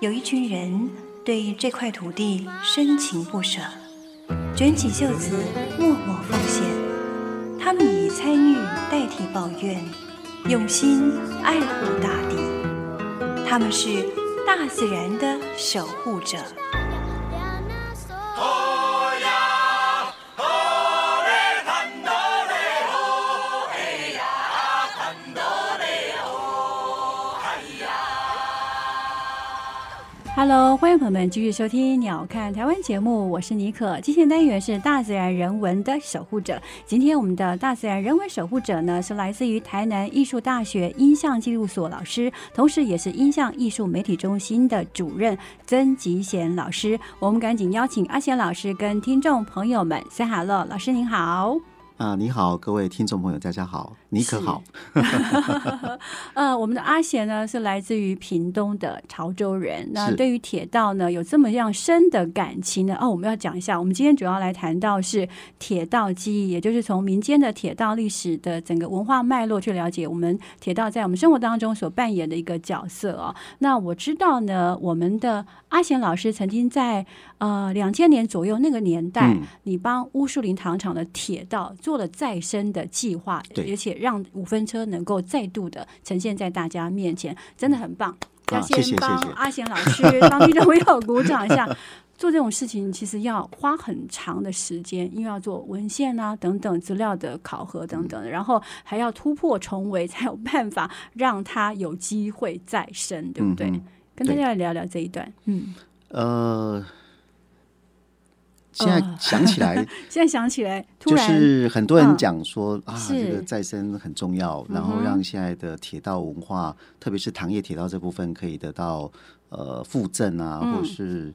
有一群人对这块土地深情不舍，卷起袖子默默奉献。他们以参与代替抱怨，用心爱护大地。他们是大自然的守护者。 Hello，欢迎朋友们继续收听《鸟看台湾》节目，我是妮可。今天单元是大自然人文的守护者。今天我们的大自然人文守护者呢，是来自于台南艺术大学音像记录所老师，同时也是音像艺术媒体中心的主任曾吉贤老师。我们赶紧邀请阿贤老师跟听众朋友们 say hello。老师您好。啊，你好，各位听众朋友，大家好，你可好？ 呃，我们的阿贤呢是来自于屏东的潮州人，那是对于铁道呢有这么样深的感情呢？哦，我们要讲一下，我们今天主要来谈到是铁道记忆，也就是从民间的铁道历史的整个文化脉络去了解我们铁道在我们生活当中所扮演的一个角色哦。那我知道呢，我们的阿贤老师曾经在呃两千年左右那个年代，嗯你帮乌树林糖厂的铁道做了再生的计划，对而且让五分车能够再度的呈现在大家面前，真的很棒。啊要谢谢先帮谢谢阿贤老师、 帮听众朋友鼓掌一 下。做这种事情其实要花很长的时间，因为要做文献啊等等资料的考核等等，然后还要突破重围，才有办法让它有机会再生，对不对？嗯哼跟大家来聊聊这一段。嗯，啊呃，现在想 起来，现在想起来，突就然、是很多人嗯讲说、啊，是嗯这个再生很重要，然后让现在的铁道文化，特别是糖业铁道这部分，可以得到呃附赠啊，嗯或者是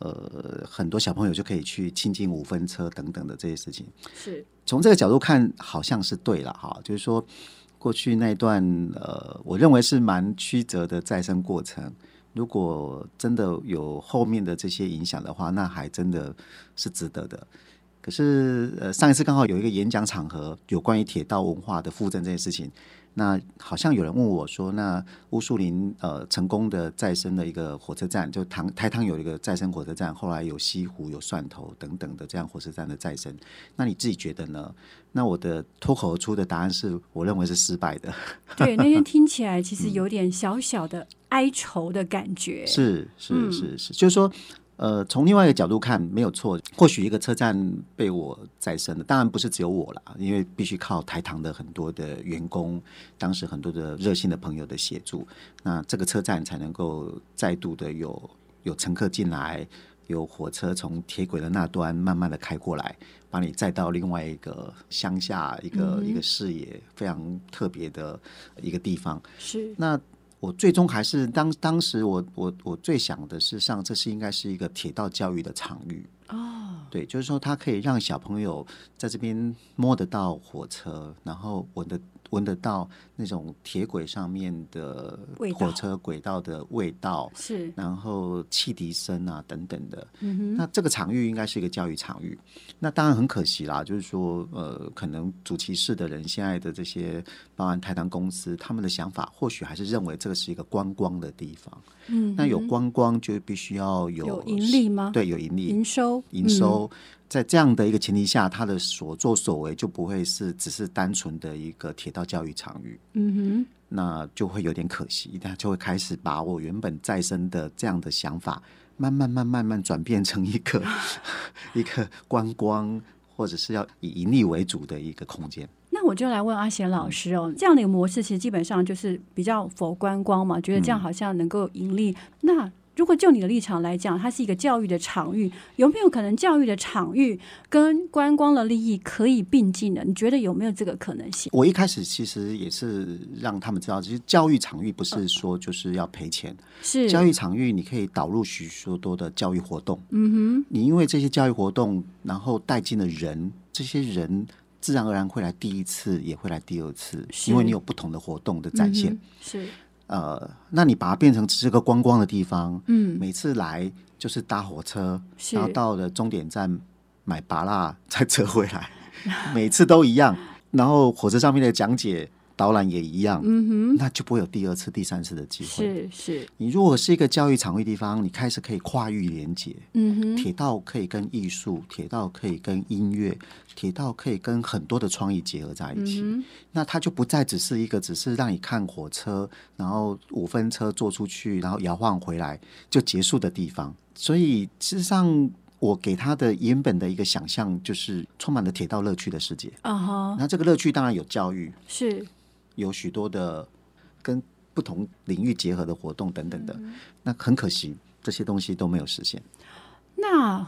呃很多小朋友就可以去亲近五分车等等的这些事情。 是从这个角度看，好像是对了哈，就是说过去那一段呃，我认为是蛮曲折的再生过程。如果真的有后面的这些影响的话，那还真的是值得的。可是呃，上一次刚好有一个演讲场合，有关于铁道文化的附赠这件事情，那好像有人问我说，那乌树林呃成功的再生的一个火车站，就唐台糖有一个再生火车站，后来有西湖、有蒜头等等的这样火车站的再生，那你自己觉得呢？那我的脱口而出的答案是我认为是失败的，对那天听起来其实有点小小的哀愁的感觉。是是嗯是是，就是说，呃，从另外一个角度看没有错，或许一个车站被我再生了，当然不是只有我啦，因为必须靠台糖的很多的员工，当时很多的热心的朋友的协助，那这个车站才能够再度的有有乘客进来。有火车从铁轨的那端慢慢的开过来，把你载到另外一个乡下一嗯个、一个视野非常特别的一个地方。是那我最终还是当当时我我我最想的是上这是应该是一个铁道教育的场域，哦，对，就是说它可以让小朋友在这边摸得到火车，然后闻得闻得到那种铁轨上面的味道火车轨道的味道，是然后汽笛声啊等等的。嗯哼，那这个场域应该是一个教育场域。那当然很可惜啦，就是说，呃，可能主骑士的人现在的这些，包含台糖公司，他们的想法或许还是认为这个是一个观光的地方。嗯，那有观光就必须要有有盈利吗对，有盈利，营收嗯营收，在这样的一个前提下，他的所作所为就不会是只是单纯的一个铁道教育场域。嗯，嗯那就会有点可惜，他就会开始把我原本再生的这样的想法，慢慢、慢、慢慢转变成一个 一个观光，或者是要以盈利为主的一个空间。哼。那我就来问阿贤老师嗯哦，这样的一个模式其实基本上就是比较佛观光嘛，觉得这嗯样好像能够盈利。那如果就你的立场来讲，它是一个教育的场域，有没有可能教育的场域跟观光的利益可以并进的？你觉得有没有这个可能性？我一开始其实也是让他们知道，其实教育场域不是说就是要赔钱，是教育场域你可以导入许许多的教育活动。嗯你因为这些教育活动，然后带进了人，这些人自然而然会来第一次，也会来第二次，是因为你有不同的活动的哼，展现。嗯哼是呃，那你把它变成只是个观光的地方，嗯每次来就是搭火车，是然后到了终点站买 拔蜡，再折回来，每次都一样。然后火车上面的讲解导览也一样，嗯哼，那就不会有第二次、第三次的机会。是是，你如果是一个教育场域地方，你开始可以跨域连接，嗯哼，铁道可以跟艺术，铁道可以跟音乐，铁道可以跟很多的创意结合在一起。那它就不再只是一个，只是让你看火车，然后五分车坐出去，然后摇晃回来就结束的地方。所以事实上，我给他的原本的一个想象就是充满了铁道乐趣的世界。啊哈，那这个乐趣当然有教育，是有许多的跟不同领域结合的活动等等的。那很可惜，这些东西都没有实现。那。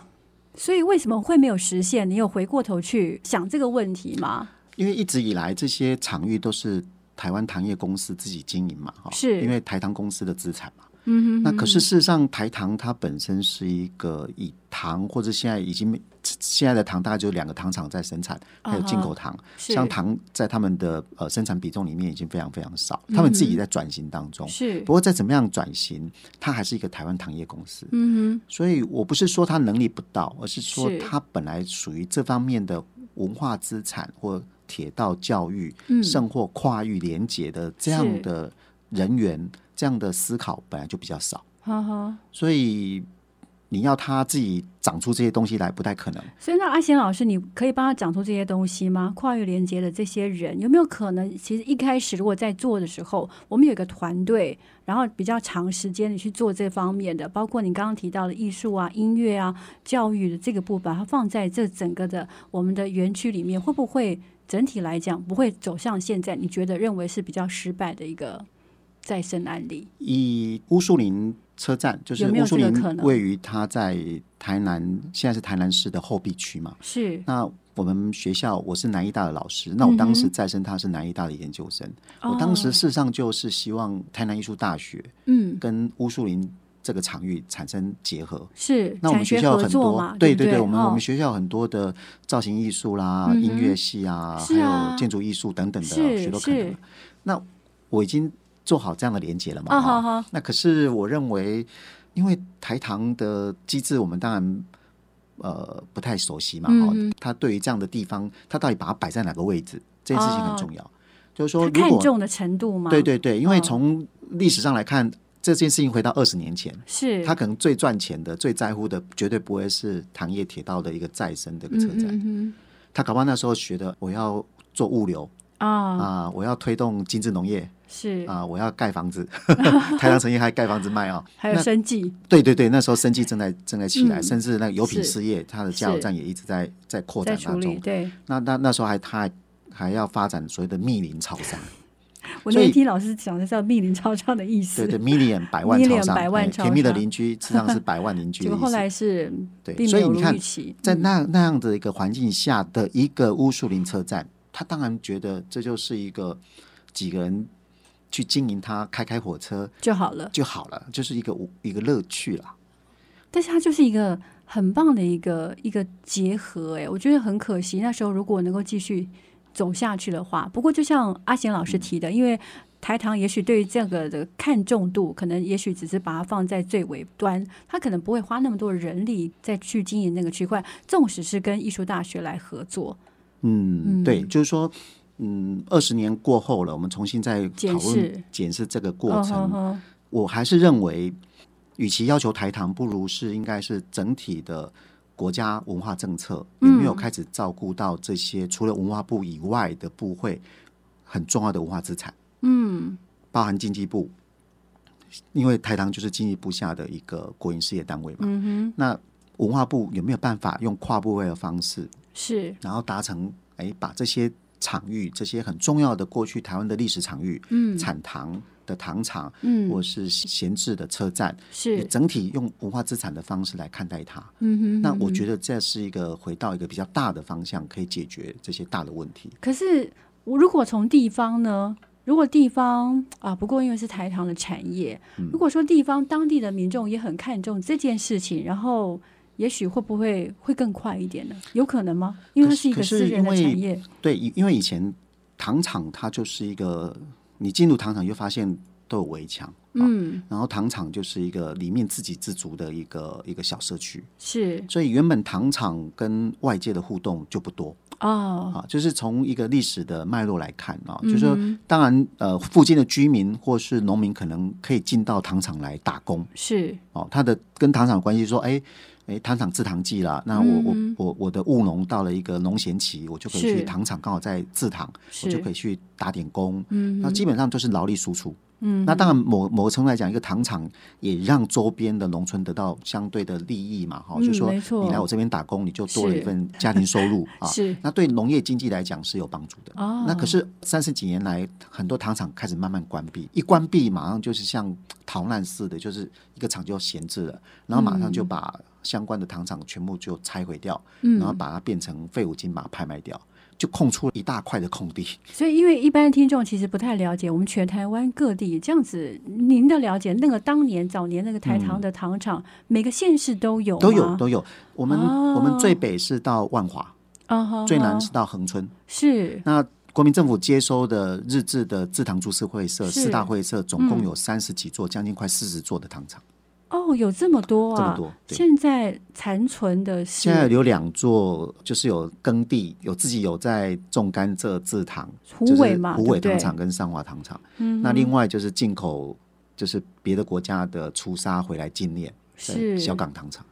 所以为什么会没有实现？你有回过头去想这个问题吗？因为一直以来这些场域都是台湾糖业公司自己经营嘛，哈，是因为台糖公司的资产嘛。嗯哼那可是事实上，台糖它本身是一个以糖或者现在已经现在的糖大概就两个糖厂在生产，还有进口糖。是像糖在他们的呃生产比重里面已经非常非常少，他们自己在转型当中。是不过再怎么样转型，它还是一个台湾糖业公司。嗯所以我不是说他能力不到，而是说是他本来属于这方面的文化资产或铁道教育，嗯甚或跨域连结的这样的人员，这样的思考本来就比较少，哼，哈哈。所以你要他自己长出这些东西来，不太可能。所以那阿贤老师，你可以帮他讲出这些东西吗？跨越连接的这些人，有没有可能？其实一开始如果在做的时候，我们有一个团队，然后比较长时间的去做这方面的，包括你刚刚提到的艺术啊、音乐啊、教育的这个部分，把它放在这整个的我们的园区里面，会不会整体来讲不会走向现在你觉得认为是比较失败的一个再生案例？以乌树林车站，就是有没有乌树这个林可能位于它在台南，现在是台南市的后壁区嘛，是那我们学校我是南医大的老师，那我当时再生他是南医大的研究生，我当时嗯哦事实上就是希望台南艺术大学嗯跟乌树林这个场域产生结合。是那我们产学学校有合很作多嘛，，对不对，对，我们我哦们学校有很多的造型艺术啦、嗯哼音乐系啊，还是啊有建筑艺术等等的是许多可能是的。那我已经做好这样的连接了嘛？啊哈好好那可是我认为，因为台糖的机制，我们当然呃不太熟悉嗯嘛，哈、它对于这样的地方，它到底把它摆在哪个位置，这件事情很重要。就是说，他哦如看果重的程度吗？对对对，因为嗯从历史上来看，这件事情回到二十年前，是它可能最赚钱的、最在乎的，绝对不会是糖业铁道的一个再生的一个车站。嗯他搞不好那时候学的，我要做物流哼啊、啊、我要推动精致农业是、啊、我要盖房子， 台糖成业还盖房子卖哦。还有那生计对对对，那时候生计正在正在起来，嗯甚至那个油品是事业，它的加油站也一直在在扩在展处当理。中。对那那那时候还他还还要发展所谓的密林超商，我所那以天听老师讲的是密林超商的意思，对对，million 百万超 million 商，百万哎超甜蜜的商 邻居实际上是百万邻居结的果意后思。来是对，并所没以有你如看预，期。嗯在那那样的一个环境下的一个乌树林车站，他当然觉得这就是一个几个人去经营它，开开火车就好了，就好了，就是一个一个乐趣啦。但是它就是一个很棒的一个一个结合、哎，我觉得很可惜。那时候如果能够继续走下去的话，不过就像阿贤嗯老师提的，因为台糖也许对于这个的看重度，可能也许只是把它放在最尾端，他可能不会花那么多人力再去经营那个区块，纵使是跟艺术大学来合作，嗯，对，嗯就是说，嗯，二十年过后了，我们重新再讨检视论检视这个过程，哦哦哦我还是认为，与其要求台糖，不如是应该是整体的国家文化政策有没有嗯开始照顾到这些除了文化部以外的部会很重要的文化资产，嗯，包含经济部，因为台糖就是经济部下的一个国营事业单位嘛。嗯、那文化部有没有办法用跨部会的方式是然后达成，哎，把这些场域，这些很重要的过去台湾的历史场域，嗯，产糖的糖厂，嗯或是闲置的车站，是，整体用文化资产的方式来看待它。嗯哼那我觉得这是一个回到一个比较大的方向，可以解决这些大的问题。可是我如果从地方呢？如果地方啊，不过因为是台糖的产业，嗯如果说地方当地的民众也很看重这件事情，然后也许会不会会更快一点呢？有可能吗？因为它可是一个可是私人的因为产业，对，以因为以前糖厂它就是一个，你进入糖厂就发现都有围墙，啊嗯，然后糖厂就是一个里面自给自足的一个一个小社区。是所以原本糖厂跟外界的互动就不多，哦，啊，就是从一个历史的脉络来看啊，就是说，当然，呃，附近的居民或是农民可能可以进到糖厂来打工是哦，他的跟糖厂关系说，哎。哎，糖厂制糖季啦，那我、我我我的务农到了一个农闲期，我就可以嗯是去糖厂，刚好在制糖，我是就可以去打点工。嗯，那基本上就是劳力输出。嗯，那当然某某个程度来讲，一个糖厂也让周边的农村得到相对的利益嘛，哈、嗯就说没错你来我这边打工，你就多了是一份家庭收 入啊。是那对农业经济来讲是有帮助的。哦，那可是三十几年来，很多糖厂开始慢慢关闭，一关闭马上就是像逃难似的，就是一个厂就闲置了，然后马上嗯就把相关的糖厂全部就拆毁掉，然后把它变成废五金，把它拍卖掉，就空出一大块的空地。所以因为一般的听众其实不太了解我们全台湾各地这样子，您的了解那个当年早年那个台糖的糖厂，每个县市都有都有吗都有。我们、哦我们最北是到万华，啊哈哈最南是到恒春。是那国民政府接收的日治的制糖株式会社、是嗯四大会社，总共有三十几座，将近快四十座的糖厂。哦，有这么多啊，这么多对现在残存的是现在有两座，就是有耕地，有自己有在种甘蔗制糖，虎就是尾嘛，虎尾对嗯不糖对厂跟上华糖厂。那另外就是进口，就是别的国家的粗砂回来精炼，在是小港糖厂。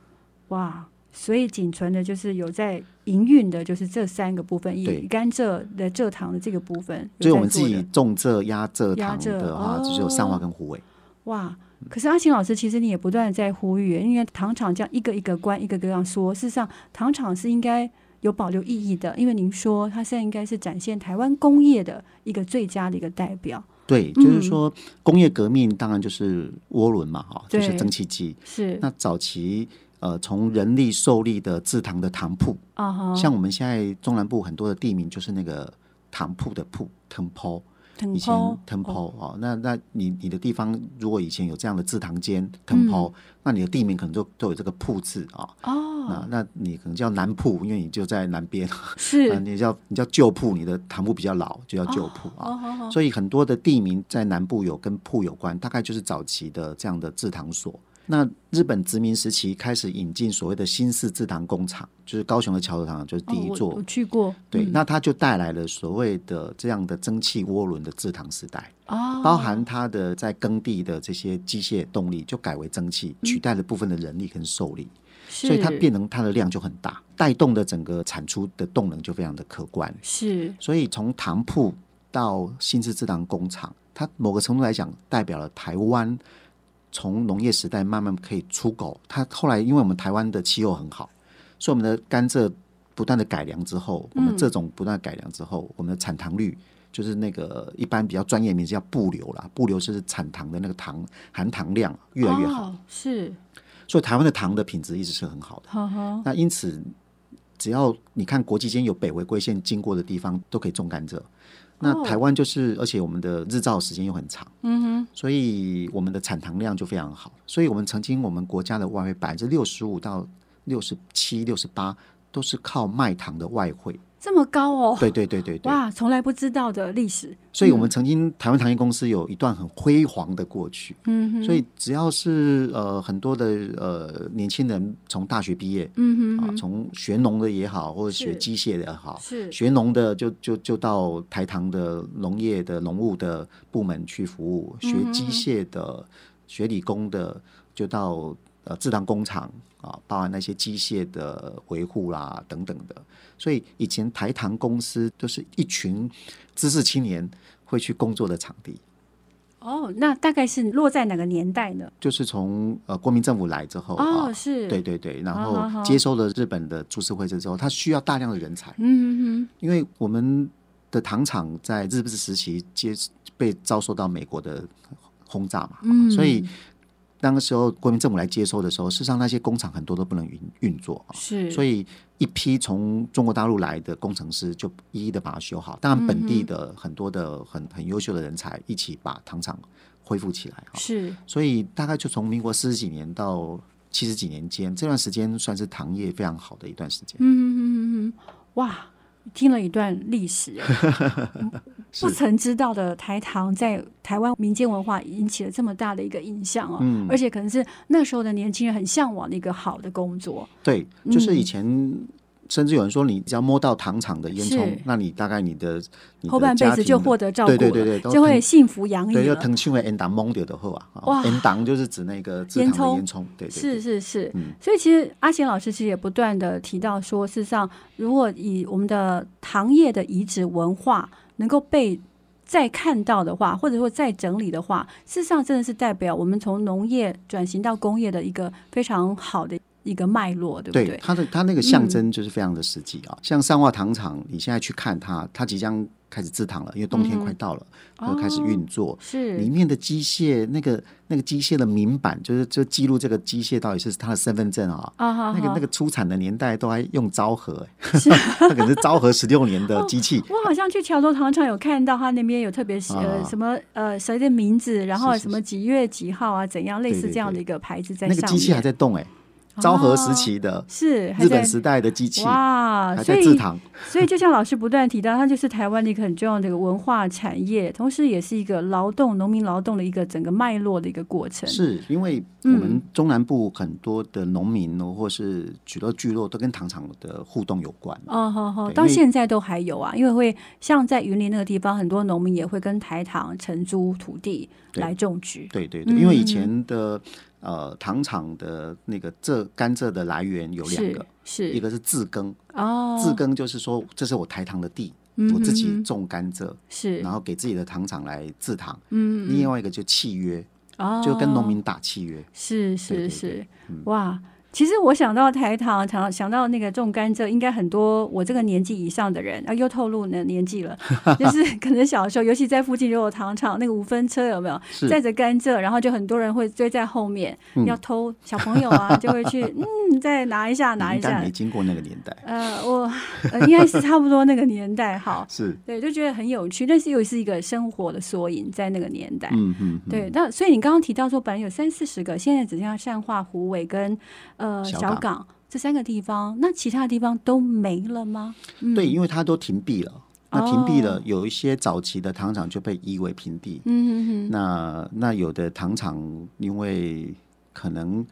哇，所以仅存的就是有在营运的，就是这三个部分，以对甘蔗的蔗糖的这个部分，所以有我在们自做己的种蔗、压蔗压糖蔗的啊话，哦只有上华跟虎尾。哇。可是阿晴老师，其实你也不断地在呼吁，因为糖厂这样一个一个关，一个一个这样说，事实上糖厂是应该有保留意义的，因为您说它现在应该是展现台湾工业的一个最佳的一个代表，对，嗯就是说工业革命当然就是涡轮嘛，哈、对就是蒸汽机。是那早期呃，从人力受力的制糖的糖铺，啊哈，像我们现在中南部很多的地名就是那个糖铺的铺 t e m p o 腾以前抛 t e m p o 哦，那那你你的地方如果以前有这样的制糖间 t e m p o 那你的地名可能就都有这个铺字啊。哦，那那你可能叫南铺，因为你就在南边。啊，是你叫你叫旧铺，你的堂铺比较老，就叫旧铺哦好啊。所以很多的地名在南部有跟铺有关，大概就是早期的这样的制糖所。那日本殖民时期开始引进所谓的新式制糖工厂，就是高雄的桥头糖厂就是第一哦座。我我嗯去过，对，那它就带来了所谓的这样的蒸汽涡轮的制糖时代，哦，包含它的在耕地的这些机械动力就改为蒸汽，取代了部分的人力跟受力。所以它嗯是变成它的量就很大，带动的整个产出的动能就非常的可观。是所以从糖铺到新式制糖工厂，它某个程度来讲，代表了台湾从农业时代慢慢可以出口。它后来因为我们台湾的气候很好，所以我们的甘蔗不断的改良之后，我们这种不断地改良之后，我们的产糖率。就是那个一般比较专业名字叫布流啦，布流就是产糖的那个糖含糖量越来越好，哦、是，所以台湾的糖的品质一直是很好的。呵呵，那因此，只要你看国际间有北回归线经过的地方，都可以种甘蔗。那哦台湾就是，而且我们的日照时间又很长，嗯哼，所以我们的产糖量就非常好。所以我们曾经我们国家的外汇百分之六十五到六十七、六十八都是靠卖糖的外汇。这么高哦，对对对对对。哇，从来不知道的历史，所以我们曾经台湾糖业公司有一段很辉煌的过去。嗯哼，所以只要是呃很多的呃年轻人从大学毕业，嗯啊，从学农的也好，或者学是机械的也好，是学农的就就就到台糖的农业的农务的部门去服务，学嗯机械的、学理工的就到呃制糖工厂啊，包含那些机械的维护啦等等的。所以以前台糖公司就是一群知识青年会去工作的场地。哦，那大概是落在哪个年代呢？就是从呃国民政府来之后啊，哦，是，对，对对，然好好好后接收了日本的株式会社之后，它需要大量的人才，嗯哼因为我们的糖厂在日治时期接被遭受到美国的轰炸嘛，嗯所以那个时候国民政府来接收的时候，事实上那些工厂很多都不能运运作啊哼，。是，所以以一批从中国大陆来的工程师就一一的把它修好，当然本地的很多的很很优秀的人才一起把糖厂恢复起来啊。是所以大概就从民国四十几年到七十几年间，这段时间算是糖业非常好的一段时间。嗯哇。听了一段历 史，不曾知道的台糖在台湾民间文化引起了这么大的一个影响哦，嗯而且可能是那时候的年轻人很向往的一个好的工作，对，就是以前甚至有人说，你只要摸到糖厂的烟囱是，那你大概你的你的后半辈家子庭就的获得照顾了，对对对对，就会疼幸福洋溢对，就了。腾讯为 N 档蒙掉的后啊哇，N 档就是指那个制烟糖的囱烟囱，对对是对是是，嗯所以其实阿贤老师其实也不断的提到说，事实上，如果以我们的行业的遗址文化能够被再看到的话，或者说再整理的话，事实上真的是代表我们从农业转型到工业的一个非常好的一个脉络，对不对？嗯对，它的它那个象征就是非常的实际啊。像三化糖厂，你现在去看它，它即将开始制糖了，因为冬天快到了，它就开始运作。里嗯哦是面的机械，那个那个机械的明板，就是就记录这个机械到底是它的身份证啊。啊哈那个哈那个出产的年代都还用昭和、 欸，它可能是昭和十六年的机器，我好像去桥头糖厂有看到他那边有特别写、呃啊什么呃谁的名字，然后是是什么几月几号啊，怎样类似对对这样的对一个牌子 在那上个面。机器还在动哎、昭和时期的是还日在本时代的机器哇，还所在以制 糖，所以就像老师不断提到，它就是台湾的一个很重要的一个文化产业，同时也是一个劳动农民劳动的一个整个脉络的一个过程。是因为我嗯们中南部很多的农民哦或是许多聚落都跟糖厂的互动有关。哦，好好，对到因为现在都还有啊，因为会像在云林那个地方，很多农民也会跟台糖承租土地对来种植。对对对，因为以前的呃糖厂的那个蔗甘蔗的来源有两是个，一是个是自耕，哦，嗯自耕就是说这是我台糖的地，我自己种甘蔗，是然后给自己的糖厂来制糖。嗯，另外一个就契约，哦，就跟农民打契约。是对是对嗯是，哇！其实我想到台糖，想想到那个种甘蔗，应该很多我这个年纪以上的人啊，又透露呢年纪 了，就是 可能小时候，尤其在附近就有糖厂，那个五分车有没有是嗯载着甘蔗，然后就很多人会追在后面、要偷小朋友啊，就会去 嗯再拿一下拿一你应该下没，经过那个年代，，呃，我呃应该是差不多那个年代好是，对，就觉得很有趣，但是又是一个生活的缩影，在那个年代，嗯嗯，嗯对，那所以你刚刚提到说，本来有三四十个，现在只剩下善化、虎尾跟呃小小港港这三个地方，那其他地方都没了吗？对，因为它都停闭了。那停闭了嗯哦，有一些早期的糖厂就被夷为平地。嗯哼那那有的糖厂，因为可能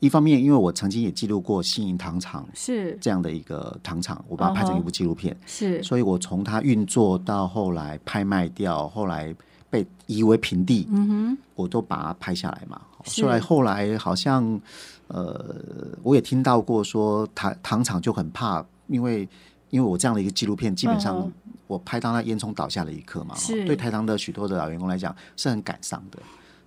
一方面，因为我曾经也记录过新营糖厂哼，是这样的一个糖厂，我把嗯哼它拍成一部纪录片，是所以我从它运作到后来拍卖掉，后来被夷为平地，嗯哼，我都把它拍下来嘛。是所以后来好像，呃，我也听到过说糖糖厂就很怕，因为因为我这样的一个纪录片，基本上嗯我拍到那烟囱倒下的一刻嘛，是哦对台糖的许多的老员工来讲是很感伤的，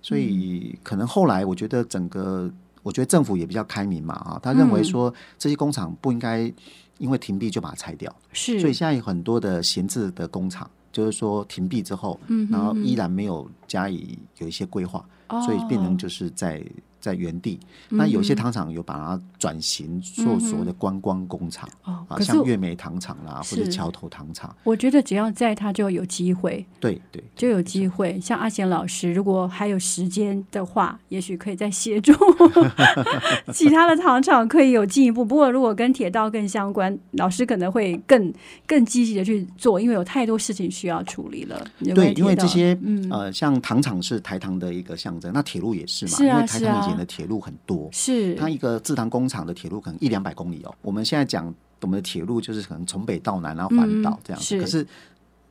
所以嗯可能后来我觉得整个。我觉得政府也比较开明嘛，啊，他嗯认为说这些工厂不应该因为停闭就把它拆掉，是，所以现在有很多的闲置的工厂，就是说停闭之后，嗯然后依然没有加以有一些规划，哦所以变成就是在在原地。嗯那有些糖厂有把它转型做所谓的观光工厂、哦，啊，嗯可是像月美糖厂啦，或者是桥头糖厂，我觉得只要在它就有机会，对对，就有机会。像阿贤老师，如果还有时间的话，也许可以再协 助其他的糖厂可以有进一步。不过，如果跟铁道更相关，老师可能会更更积极的去做，因为有太多事情需要处理了。有关对，于铁因为道这些、嗯呃，像糖厂是台糖的一个象征，那铁路也是嘛，是啊因为台是啊糖以前的铁路很多，是它一个制糖工厂的铁路可能一两百公里哦。我们现在讲我们的铁路就是可能从北到南，然后环岛这样嗯子，是可是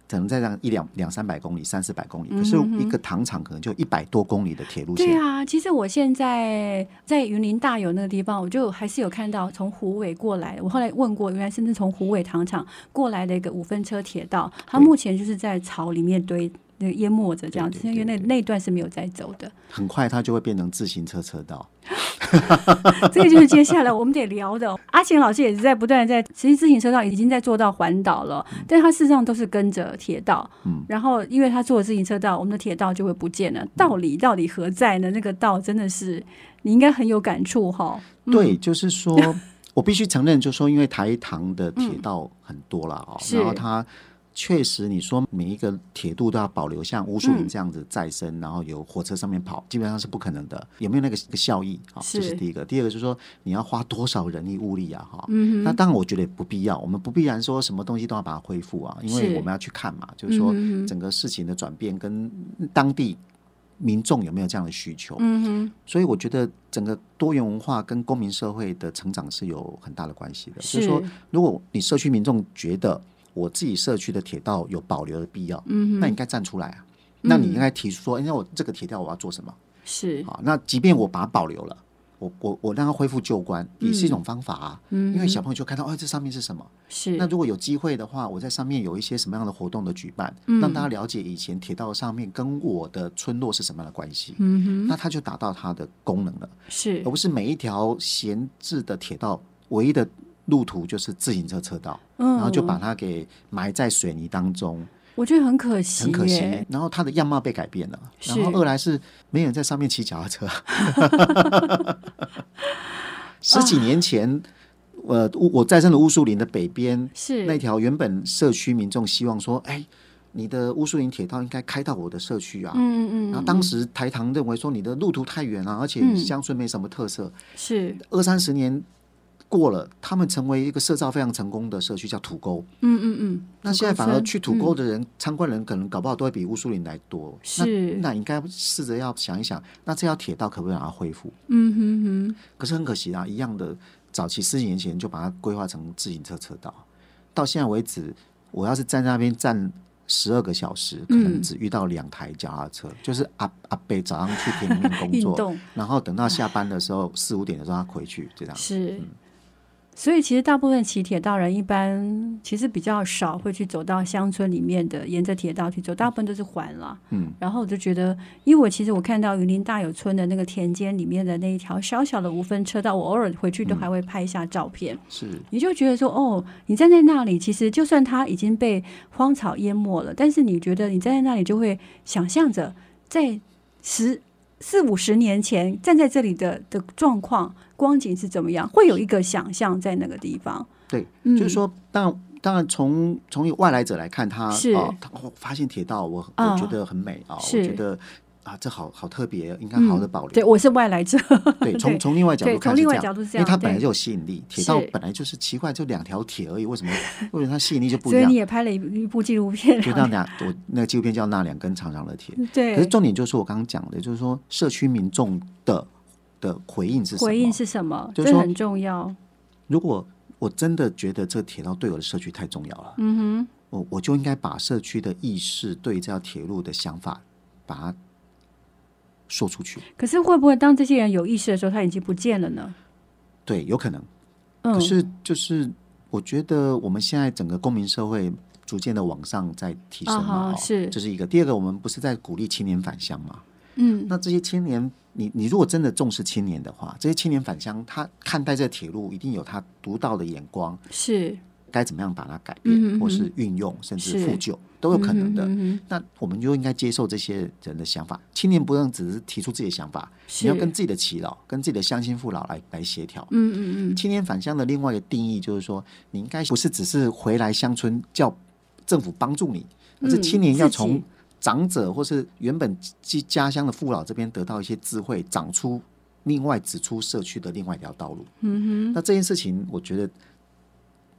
可能再这样一两两三百公里、三四百公里，可嗯是一个糖厂可能就一百多公里的铁路对线。啊，其实我现在在云林大有那个地方，我就还是有看到从虎尾过来。我后来问过，原来甚至从虎尾糖厂过来的一个五分车铁道，它对目前就是在草里面堆。那个淹没着这样子，对对因为那对那一段是没有在走的，很快它就会变成自行车车道。这个就是接下来我们得聊的。阿贤老师也是在不断地在，其实自行车道已经在做到环岛了，但它事实上都是跟着铁道。嗯然后因为他做了自行车道，我们的铁道就会不见了，道理到底何在呢？那个道真的是你应该很有感触哈。对，就是说我必须承认，就是说因为台糖的铁道很多啦哦，嗯是然后它。确实，你说每一个铁路都要保留像乌树嗯林这样子再生，然后由火车上面跑，基本上是不可能的。有没有那个那个效益啊？是这是第一个。第二个就是说，你要花多少人力物力啊？哈、嗯那当然我觉得也不必要，我们不必然说什么东西都要把它恢复啊，因为是嗯我们要去看嘛，就是说整个事情的转变跟当地民众有没有这样的需求。嗯哼，所以我觉得整个多元文化跟公民社会的成长是有很大的关系的。是就是说，如果你社区民众觉得我自己社区的铁道有保留的必要，嗯，那你应该站出来啊。那你应该提出说，哎、那我这个铁道我要做什么？是啊，那即便我把它保留了，我我我让它恢复旧观，也是一种方法啊。嗯，因为小朋友就看到，哦，这上面是什么？是，那如果有机会的话，我在上面有一些什么样的活动的举办，让大家了解以前铁道上面跟我的村落是什么样的关系，嗯哼，那它就达到它的功能了，是而不是每一条闲置的铁道唯一的路途就是自行车车道，嗯然后就把它给埋在水泥当中，我觉得很可惜，很可惜。然后它的样貌被改变了，然后是二来是没有人在上面骑脚踏 车。十几年前，呃，乌我在生的乌树林的北边，是那条原本社区民众希望说，哎，你的乌树林铁道应该开到我的社区啊。嗯嗯嗯，然后当时台糖认为说你的路途太远了、啊而且乡村没什么特色。是，二三十年过了，他们成为一个社造非常成功的社区，叫土沟。嗯嗯嗯，那现在反而去土沟的人、参观人，可能搞不好都会比乌苏林来多。是那那应该试着要想一想，那这条铁道可不可以让它恢复？嗯哼哼，可是很可惜啊，一样的，早期十几年前就把它规划成自行车车道，到现在为止，我要是站在那边站十二个小时，可能只遇到两台脚踏车，就是阿阿贝早上去田里面工运作动，然后等到下班的时候四五点的时候他回去，就这样。是。所以其实大部分骑铁道人一般其实比较少会去走到乡村里面的，沿着铁道去走，大部分都是环了。嗯，然后我就觉得，因为我其实我看到云林大有村的那个田间里面的那一条小小的无分车道，我偶尔回去嗯都还会拍一下照片。是你就觉得说，哦，你站在那里，其实就算它已经被荒草淹没了，但是你觉得你站在那里，就会想象着在十四五十年前站在这里的的状况、光景是怎么样，会有一个想象在那个地方。对，嗯就是说，当然，当然从从外来者来看他，是哦他我发现铁道，我啊我觉得很美啊、是嗯我觉得啊，这好好特别，应该好好的保对，留。我是外来者， 对，对从从另外角对度看从是另这外样，角度是这因为它样本来对就有吸引力，铁道是本来就是奇怪，就两条铁而已，为什么为什么它吸引力就不所一以样你？也拍了一一部纪录片。就那两，我那个纪录片叫《那两根长长的铁》，可是 对，重点就是我刚刚讲的，就是说社区民众的的回应是什么？回应是什么？就是这说很重要。如果我真的觉得这铁道对我的社区太重要了，嗯哼，我我就应该把社区的意识对于这条铁路的想法，把它说出去。可是会不会当这些人有意识的时候，他已经不见了呢？对，有可能。嗯可，是就是我觉得我们现在整个公民社会逐渐的往上在提升啊嘛，哈哦是这是一个。第二个，我们不是在鼓励青年返乡嘛？嗯，那这些青年，你你如果真的重视青年的话，这些青年返乡，他看待这铁路一定有他独到的眼光，是该怎么样把它改变，嗯哼或是运用，甚至是复旧，都有可能的。嗯哼嗯哼那我们就应该接受这些人的想法。青年不能只是提出自己的想法，是你要跟自己的耆老、跟自己的乡亲父老来来协调。嗯嗯嗯，青年返乡的另外一个定义就是说，你应该不是只是回来乡村叫政府帮助你，而是青年要自从己长者或是原本家家乡的父老这边得到一些智慧，长出另外指出社区的另外一条道路。嗯哼，那这件事情，我觉得。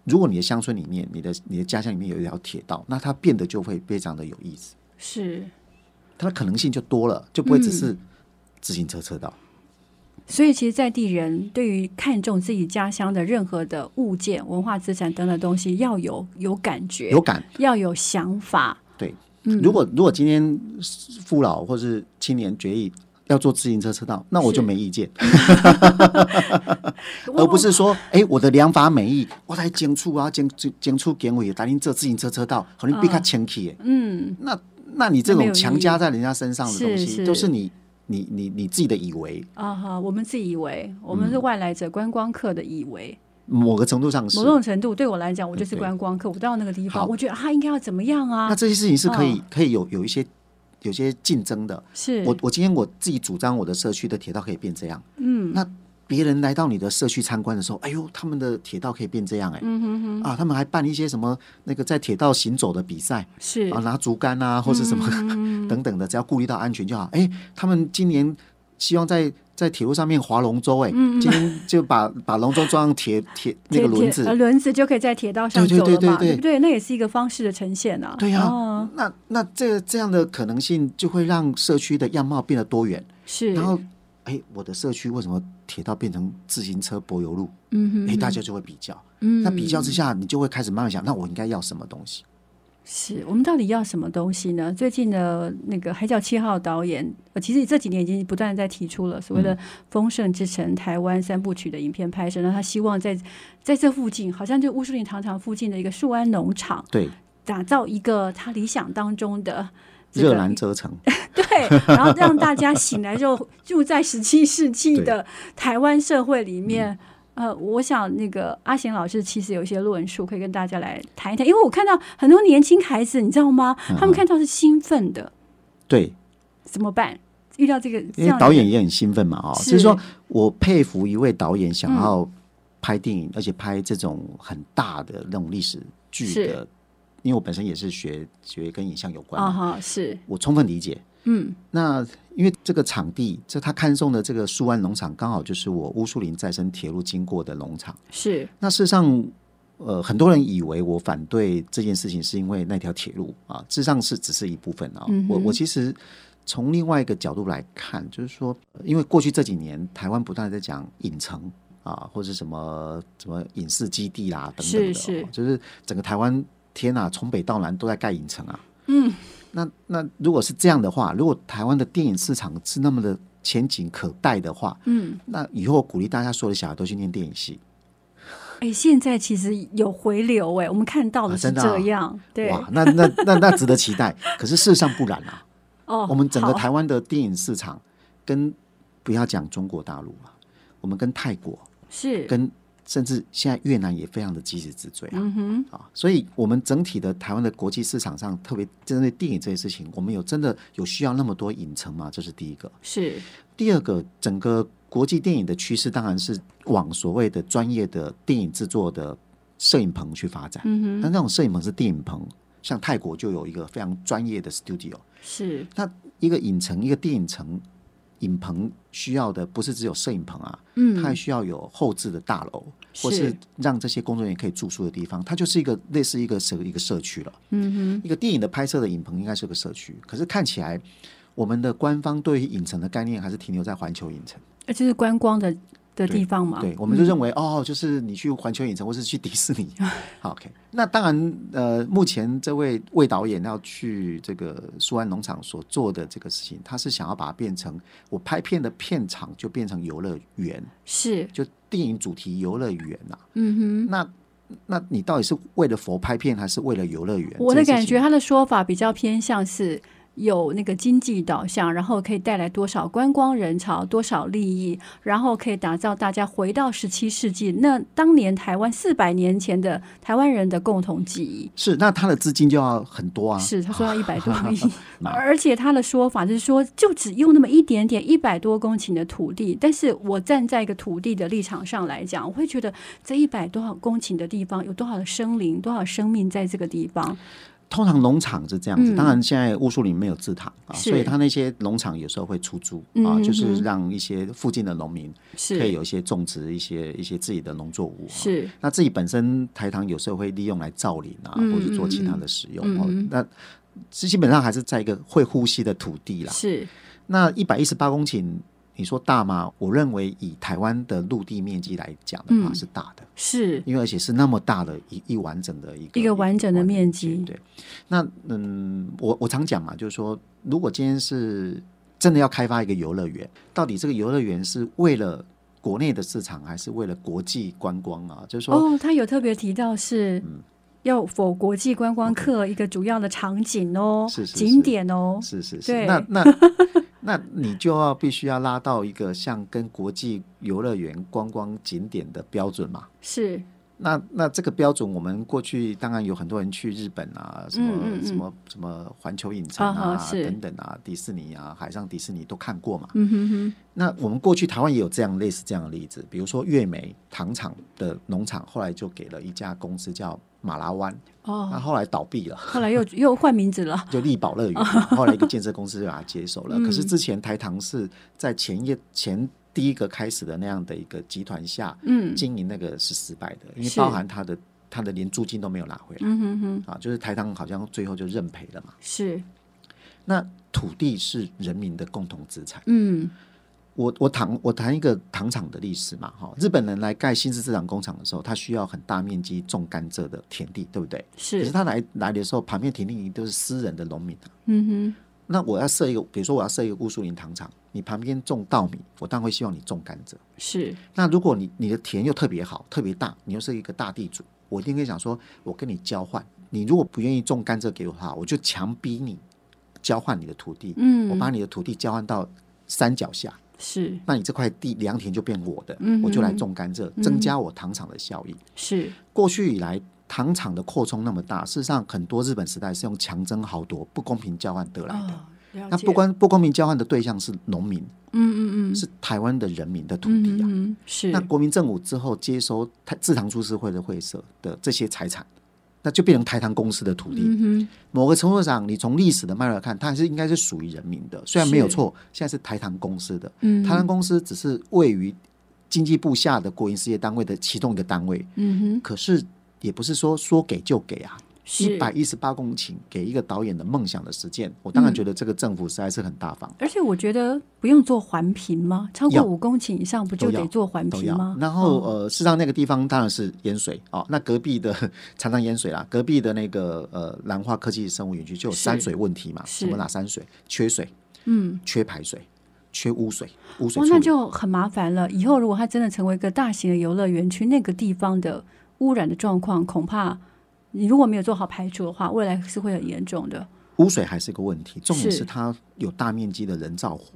如果你的乡村里面、你的你的家乡里面有一条铁道，那它变得就会非常的有意思，是。它的可能性就多了，就不会只是自行车车道。所以，其实在地人对于看重自己家乡的任何的物件、文化资产等等东西，要有有感觉，有感要有想法。对，嗯如果如果今天父老或是青年决议要做自行车车道，那我就没 意见，而不是说，哎、我的良法美意，我来检出啊，检检检出检委，答应这自行车车道，可能比较清气、嗯，那那你这那没有种意义强加在人家身上的东西，是是都是你你你你自己的以为，啊哈，我们自以为我们是外来者、观光客的以为，某个程度上嗯是某。种程度对我来讲，我就是对观光客，我到那个地方，好我觉得他应该要怎么样那啊？这些事情是可以、可以有有一些有些竞争的，是我我今天我自己主张我的社区的铁道可以变这样，嗯，那别人来到你的社区参观的时候，哎呦，他们的铁道可以变这样、哎、嗯啊，他们还办一些什么那个在铁道行走的比赛是啊，拿竹竿嗯 啊或是什么、等等的，只要顾虑到安全就好。哎，他们今年希望在在铁路上面划龙舟、欸，哎、嗯今天就把把龙舟装上铁铁那个轮铁铁呃子，轮子就可以在铁道上走了嘛，对对对对对不对？那也是一个方式的呈现啊。对呀、哦那那这这样的可能性就会让社区的样貌变得多元。是。然后，哎，我的社区为什么铁道变成自行车柏油路？嗯哼，哎，大家就会比较。嗯那比较之下，你就会开始慢慢想，那我应该要什么东西？是我们到底要什么东西呢？最近的那个《海角七号》导演，呃，其实这几年已经不断地在提出了所谓的《丰盛之城》台湾三部曲的影片拍摄，那他希望在在这附近，好像就乌树林糖厂附近的一个树安农场，对，打造一个他理想当中的、这个。热兰遮城，对，然后让大家醒来之后住在十七世纪的台湾社会里面。嗯呃，我想那个阿贤老师其实有一些论述可以跟大家来谈一谈，因为我看到很多年轻孩子，你知道吗？嗯他们看到是兴奋的， 对，怎么办？遇到这个这因为样导演也很兴奋嘛，哦，是嗯就是说我佩服一位导演想要拍电影，而且拍这种很大的那种历史剧的，因为我本身也是学学跟影像有关啊嘛，哈是我充分理解。嗯那因为这个场地，这他看中的这个树湾农场，刚好就是我乌树林再生铁路经过的农场。是那事实上，呃，很多人以为我反对这件事情是因为那条铁路啊，事实上是只是一部分啊。嗯哼我我其实从另外一个角度来看，就是说，呃因为过去这几年台湾不断地在讲影城啊，或者什么什么影视基地啦等等的哦，是是就是整个台湾天呐，从北到南都在盖影城啊。嗯，那那如果是这样的话，如果台湾的电影市场是那么的前景可待的话，嗯，那以后鼓励大家所有的小孩都去念电影系。哎，现在其实有回流哎，我们看到的啊是真的啊这样，对哇，那那那那值得期待。可是事实上不然啊，哦，我们整个好台湾的电影市场跟不要讲中国大陆了，我们跟泰国、是跟甚至现在越南也非常的积极之追啊、嗯哼啊！所以，我们整体的台湾的国际市场上，特别针对电影这些事情，我们有真的有需要那么多影城吗？这是第一个。是第二个，整个国际电影的趋势当然是往所谓的专业的电影制作的摄影棚去发展。嗯哼那那种摄影棚是电影棚，像泰国就有一个非常专业的 studio。是那一个影城，一个电影城，影棚需要的不是只有摄影棚啊，它还嗯需要有后置的大楼，是或是让这些工作人员可以住宿的地方。它就是一个类似一个社一个社区了。嗯哼一个电影的拍摄的影棚应该是个社区，可是看起来我们的官方对于影城的概念还是停留在环球影城。呃就是观光的的地方嘛，嗯对，我们就认为、哦，就是你去环球影城或是去迪士尼好，OK。那当然，呃，目前这位魏导演要去这个苏安农场所做的这个事情，他是想要把它变成我拍片的片场就变成游乐园，是就电影主题游乐园呐、嗯哼。那那你到底是为了佛拍片，还是为了游乐园？我的这件感事觉，情，他的说法比较偏向是有那个经济导向，然后可以带来多少观光人潮、多少利益，然后可以打造大家回到十七世纪那当年台湾四百年前的台湾人的共同记忆。是那他的资金就要很多啊，是，他说要一 百多亿，那 而且他的说法就是说，就只用那么一点点，一百多公顷的土地。但是我站在一个土地的立场上来讲，我会觉得这一百多少公顷的地方，有多少的生灵，多少生命在这个地方。通常农场是这样子，嗯当然现在乌树林没有制糖啊，是所以他那些农场有时候会出租嗯啊，哼就是让一些附近的农民可以是有一些种植一些一些自己的农作物、啊。是，那自己本身台糖有时候会利用来造林啊，嗯或者做其他的使用哦、嗯嗯那基本上还是在一个会呼吸的土地啦。是那一百一十八公顷，你说大吗？我认为以台湾的陆地面积来讲的话嗯是大的，是因为而且是那么大的一一完整的一个一个完整的面积对，那嗯，我我常讲嘛，就是说，如果今天是真的要开发一个游乐园，到底这个游乐园是为了国内的市场，还是为了国际观光啊？就是说，嗯哦，他有特别提到是要否国际观光客一个主要的场景哦，是是景是点哦，是是对是，那 那那你就要必须要拉到一个像跟国际游乐园观光景点的标准嘛。是那那这个标准，我们过去当然有很多人去日本啊，什么、嗯嗯什么什么环球影城啊啊、哈是等等啊，迪士尼啊，海上迪士尼都看过嘛。嗯哼哼，那我们过去台湾也有这样类似这样的例子，比如说月梅糖厂的农场，后来就给了一家公司叫马拉湾，那、哦，后来倒闭了。 后来又又换名字了，就力宝乐园嘛，后来一个建设公司就把它接手了。嗯可是之前台糖是在前一前第一个开始的那样的一个集团下，嗯经营那个是失败的，因为是包含他的他的连租金都没有拿回来嗯哼哼，啊，就是台糖好像最后就认赔了嘛。是，那土地是人民的共同资产。嗯我我糖我谈一个糖厂的历史嘛，哈，日本人来盖新式制糖工厂的时候，他需要很大面积种甘蔗的田地，对不对？可是是，他来来的时候，旁边田地都是私人的农民啊。嗯那我要设一个，比如说我要设一个乌苏林糖厂，你旁边种稻米，我当然会希望你种甘蔗。哼，是，那如果你你的田又特别好、特别大，你又是一个大地主，我一定会想说，我跟你交换，你如果不愿意种甘蔗给我的话，我就强逼你交换你的土地，嗯我把你的土地交换到山脚下，是那你这块地良田就变我的，嗯哼我就来种甘蔗，增加我糖厂的效益。是，过去以来，糖厂的扩充那么大，事实上很多日本时代是用强征豪夺、不公平交换得来的。哦，了那解不，光不公平交换的对象是农民，嗯嗯嗯，是台湾的人民的土嗯地啊。哼哼是那，国民政府之后接收台制糖株式会的会社的这些财产，那就变成台糖公司的土地。嗯某个程度上，你从历史的脉络来看，它还是应该是属于人民的，虽然没有是错，现在是台糖公司的。哼，台糖嗯公司只是位于经济部下的国营事业单位的其中一个单位，嗯哼，可是也不是说说给就给啊。一是百。一十八公顷给一个导演的梦想的实践，我嗯当然觉得这个政府实在是很大方。而且我觉得不用做环评吗？超过要五公顷以上不就都得要做环都评要吗？。然后、哦呃，事实上那个地方当然是淹水哦，那隔壁的常常淹水啦，隔壁的那个呃兰花科技生物园区就有是山水问题嘛，是什么哪山水？缺水、嗯，缺排水、缺污水、污水哇，处那理。就很麻烦了。以后如果它真的成为一个大型的游乐园区，那个地方的污染的状况，恐怕你如果没有做好排除的话，未来是会很严重的。污水还是个问题，重点是嗯是它有大面积的人造湖，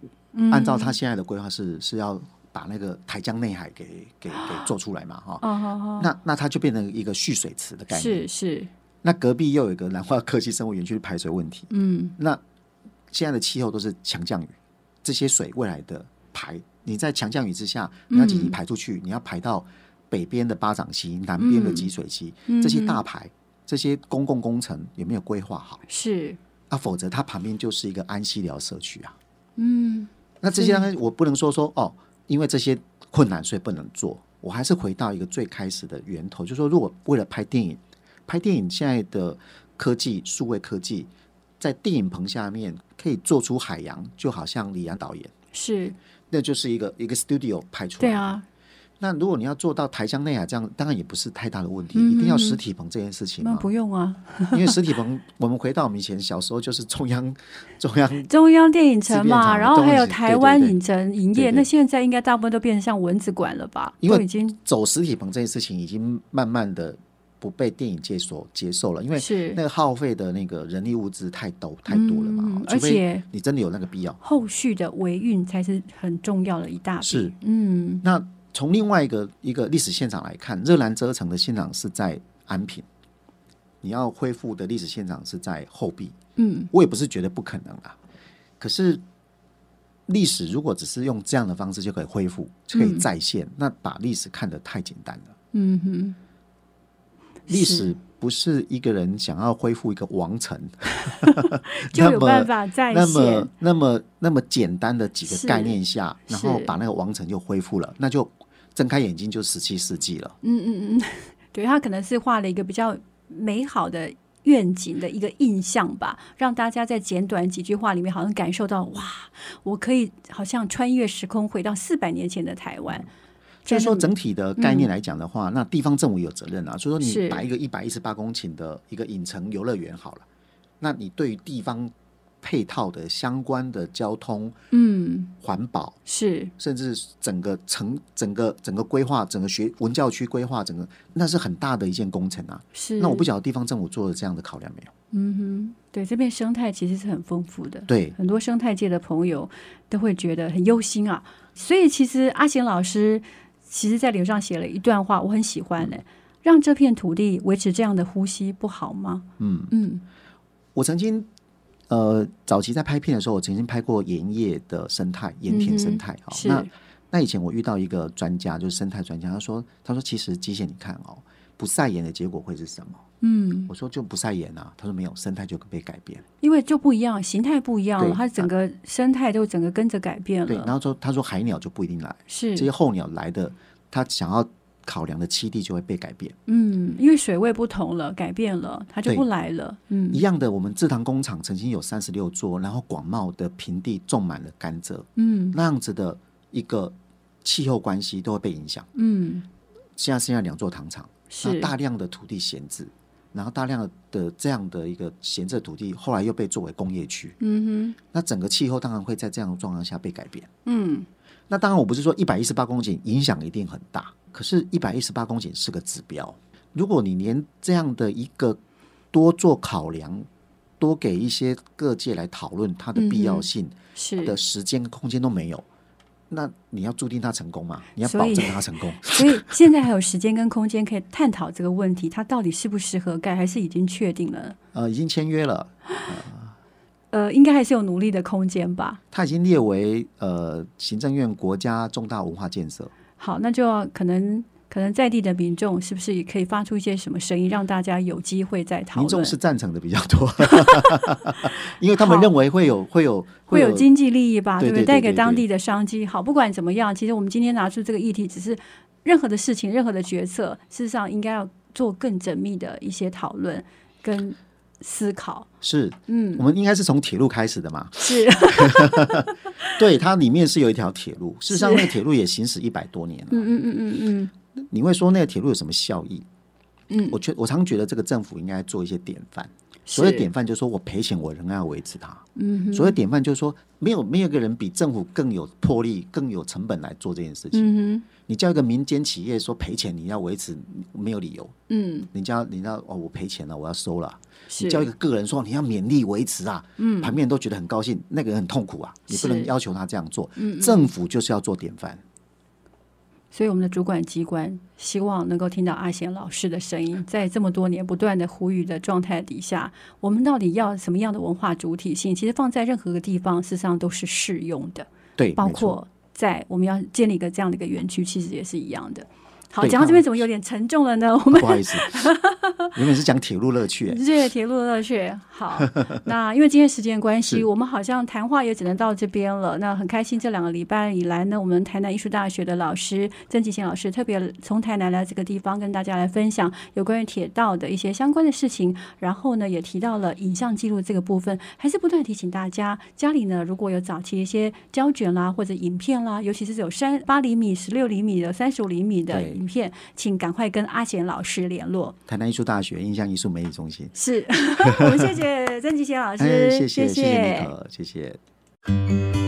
按照它现在的规划是是要把那个台江内海给给给做出来嘛哈。哦，好好，那那它就变成一个蓄水池的概是念。是，那隔壁又有一个兰花科技生物园区的排水问题，嗯，那现在的气候都是强降雨，这些水未来的排，你在强降雨之下，你要紧急排出去，你要排到北边的巴掌溪、南边的集水溪，这些大排，这些公共工程有没有规划好？是，啊，否则它旁边就是一个安息疗社区啊。嗯，那这些当然我不能说说哦，因为这些困难所以不能做，我还是回到一个最开始的源头，就是说如果为了拍电影，拍电影现在的科技数位科技，在电影棚下面可以做出海洋，就好像李阳导演，是，那就是一个一个 studio 拍出来。对。啊，那如果你要做到台江内啊海这样，当然也不是太大的问题，嗯一定要嗯实体棚这件事情那嘛，不用啊。因为实体棚，我们回到我们以前小时候就是中央 中央中央电影城制片嘛，厂然后还有东西台湾对对对影城营业，对对那现在应该大部分都变成像蚊子馆了吧？因为都已经走实体棚这件事情已经慢慢的不被电影界所接受了，因为是那个耗费的那个人力物资太多太多了嘛，嗯哦而除且嗯非你真的有那个必要。后续的维运才是很重要的一大笔。是嗯，那从另外一个一个历史现场来看，热兰遮城的现场是在安平，你要恢复的历史现场是在后壁，嗯，我也不是觉得不可能啊，可是。历史如果只是用这样的方式就可以恢复，就可以再现，那把历史看得太简单了。嗯哼，历是，史不是一个人想要恢复一个王城 就有办法再 那现么。那么那么简单的几是个概念下，然后是把那个王城就恢复了，那就睁开眼睛就十七世纪了。嗯嗯嗯，对他可能是画了一个比较美好的愿景的一个印象吧，让大家在简短几句话里面好像感受到哇，我可以好像穿越时空回到四百年前的台湾。所以在说，那整体的概念来讲的话，那地方政府有责任啊。所以说，嗯是你摆一个一百一十八公顷的一个影城游乐园好了，那你对于地方配套的相关的交通、嗯环保，是甚至整个城、整个整个规划、整个学文教区规划，整个那是很大的一件工程啊。是，那我不晓得地方政府做了这样的考量没有？嗯哼，对，这边生态其实是很丰富的，对，很多生态界的朋友都会觉得很忧心啊。所以其实阿贤老师其实在脸上写了一段话，我很喜欢嗯嘞、让这片土地维持这样的呼吸不好吗？嗯，嗯，我曾经呃早期在拍片的时候，我曾经拍过盐业的生态、盐田生态嗯哦。是那那以前我遇到一个专家，就是生态专家，他说他说其实极限你看哦，不晒盐的结果会是什么？嗯，我说就不晒盐啊，他说没有，生态就被改变。因为就不一样，形态不一样了，对啊它整个生态都整个跟着改变对，然了，后说他说海鸟就不一定来，是这，些候鸟来的，它想要考量的栖地就会被改变。嗯，因为水位不同了，改变了，它就对不来了，嗯一样的，我们制糖工厂曾经有三十六座，然后广袤的平地种满了甘蔗，嗯那样子的一个气候关系都会被影响。嗯，现在剩下两座糖厂，那是，大量的土地闲置，然后大量的这样的一个闲置的土地，后来又被作为工业区，嗯那整个气候当然会在这样的状况下被改变。哼，嗯，那当然，我不是说一百一十八公顷影响一定很大，可是，一百一十八公顷是个指标。如果你连这样的一个多做考量，多给一些各界来讨论它的必要性嗯的是，时间、空间都没有，那你要注定它成功吗？你要所保以证它成功。所以现在还有时间跟空间可以探讨这个问题，它到底适不适合盖，还是已经确定了？呃，已经签约了，呃，应该还是有努力的空间吧。它已经列为呃行政院国家重大文化建设。好，那就要可能可能在地的民众是不是也可以发出一些什么声音，让大家有机会再讨民众论？是赞成的比较 多，因为他们好认为会有会有会有经济利益吧，对不对？对对带给对对当地的商机。好，不管怎么样，其实我们今天拿出这个议题，只是任何的事情、任何的决策，事实上应该要做更缜密的一些讨论跟思考。是嗯，我们应该是从铁路开始的嘛？是对，它里面是有一条铁路，事实上是那个铁路也行驶一百多年嗯 了。嗯嗯嗯嗯你会说那个铁路有什么效益？嗯，我觉我常觉得这个政府应该做一些典范。是所谓典范，就是说我赔钱，我仍然要维持它。嗯哼所谓典范，就是说没有没有一个人比政府更有魄力、更有成本来做这件事情。嗯哼你叫一个民间企业说赔钱，你要维持没有理由。嗯你叫你要哦，我赔钱了，我要收了。是你叫一个个人说你要勉力维持啊，嗯，旁边人都觉得很高兴，那个人很痛苦啊，你是嗯不能要求他这样做。政府就是要做典范，所以我们的主管机关希望能够听到阿贤老师的声音，在这么多年不断的呼吁的状态底下，我们到底要什么样的文化主体性？其实放在任何个地方，事实上都是适用的，对，包没错括在我们要建立一个这样的一个园区，其实也是一样的。好，对讲到这边怎么有点沉重了呢？我们 不好意思，原本是讲铁路乐趣、欸，这铁路乐趣好，那因为今天时间关系，是我们好像谈话也只能到这边了。那很开心，这两个礼拜以来呢，我们台南艺术大学的老师曾吉贤老师特别从台南来这个地方跟大家来分享有关于铁道的一些相关的事情，然后呢也提到了影像记录这个部分，还是不断提醒大家，家里呢如果有早期一些胶卷啦或者影片啦，尤其是有三八厘米、十六厘米的、三十五厘米的对影片，请赶快跟阿贤老师联络。台南艺术大学印象艺术媒体中心。 是我们谢谢曾吉贤老师，哎，谢谢谢谢谢妮可，谢谢。谢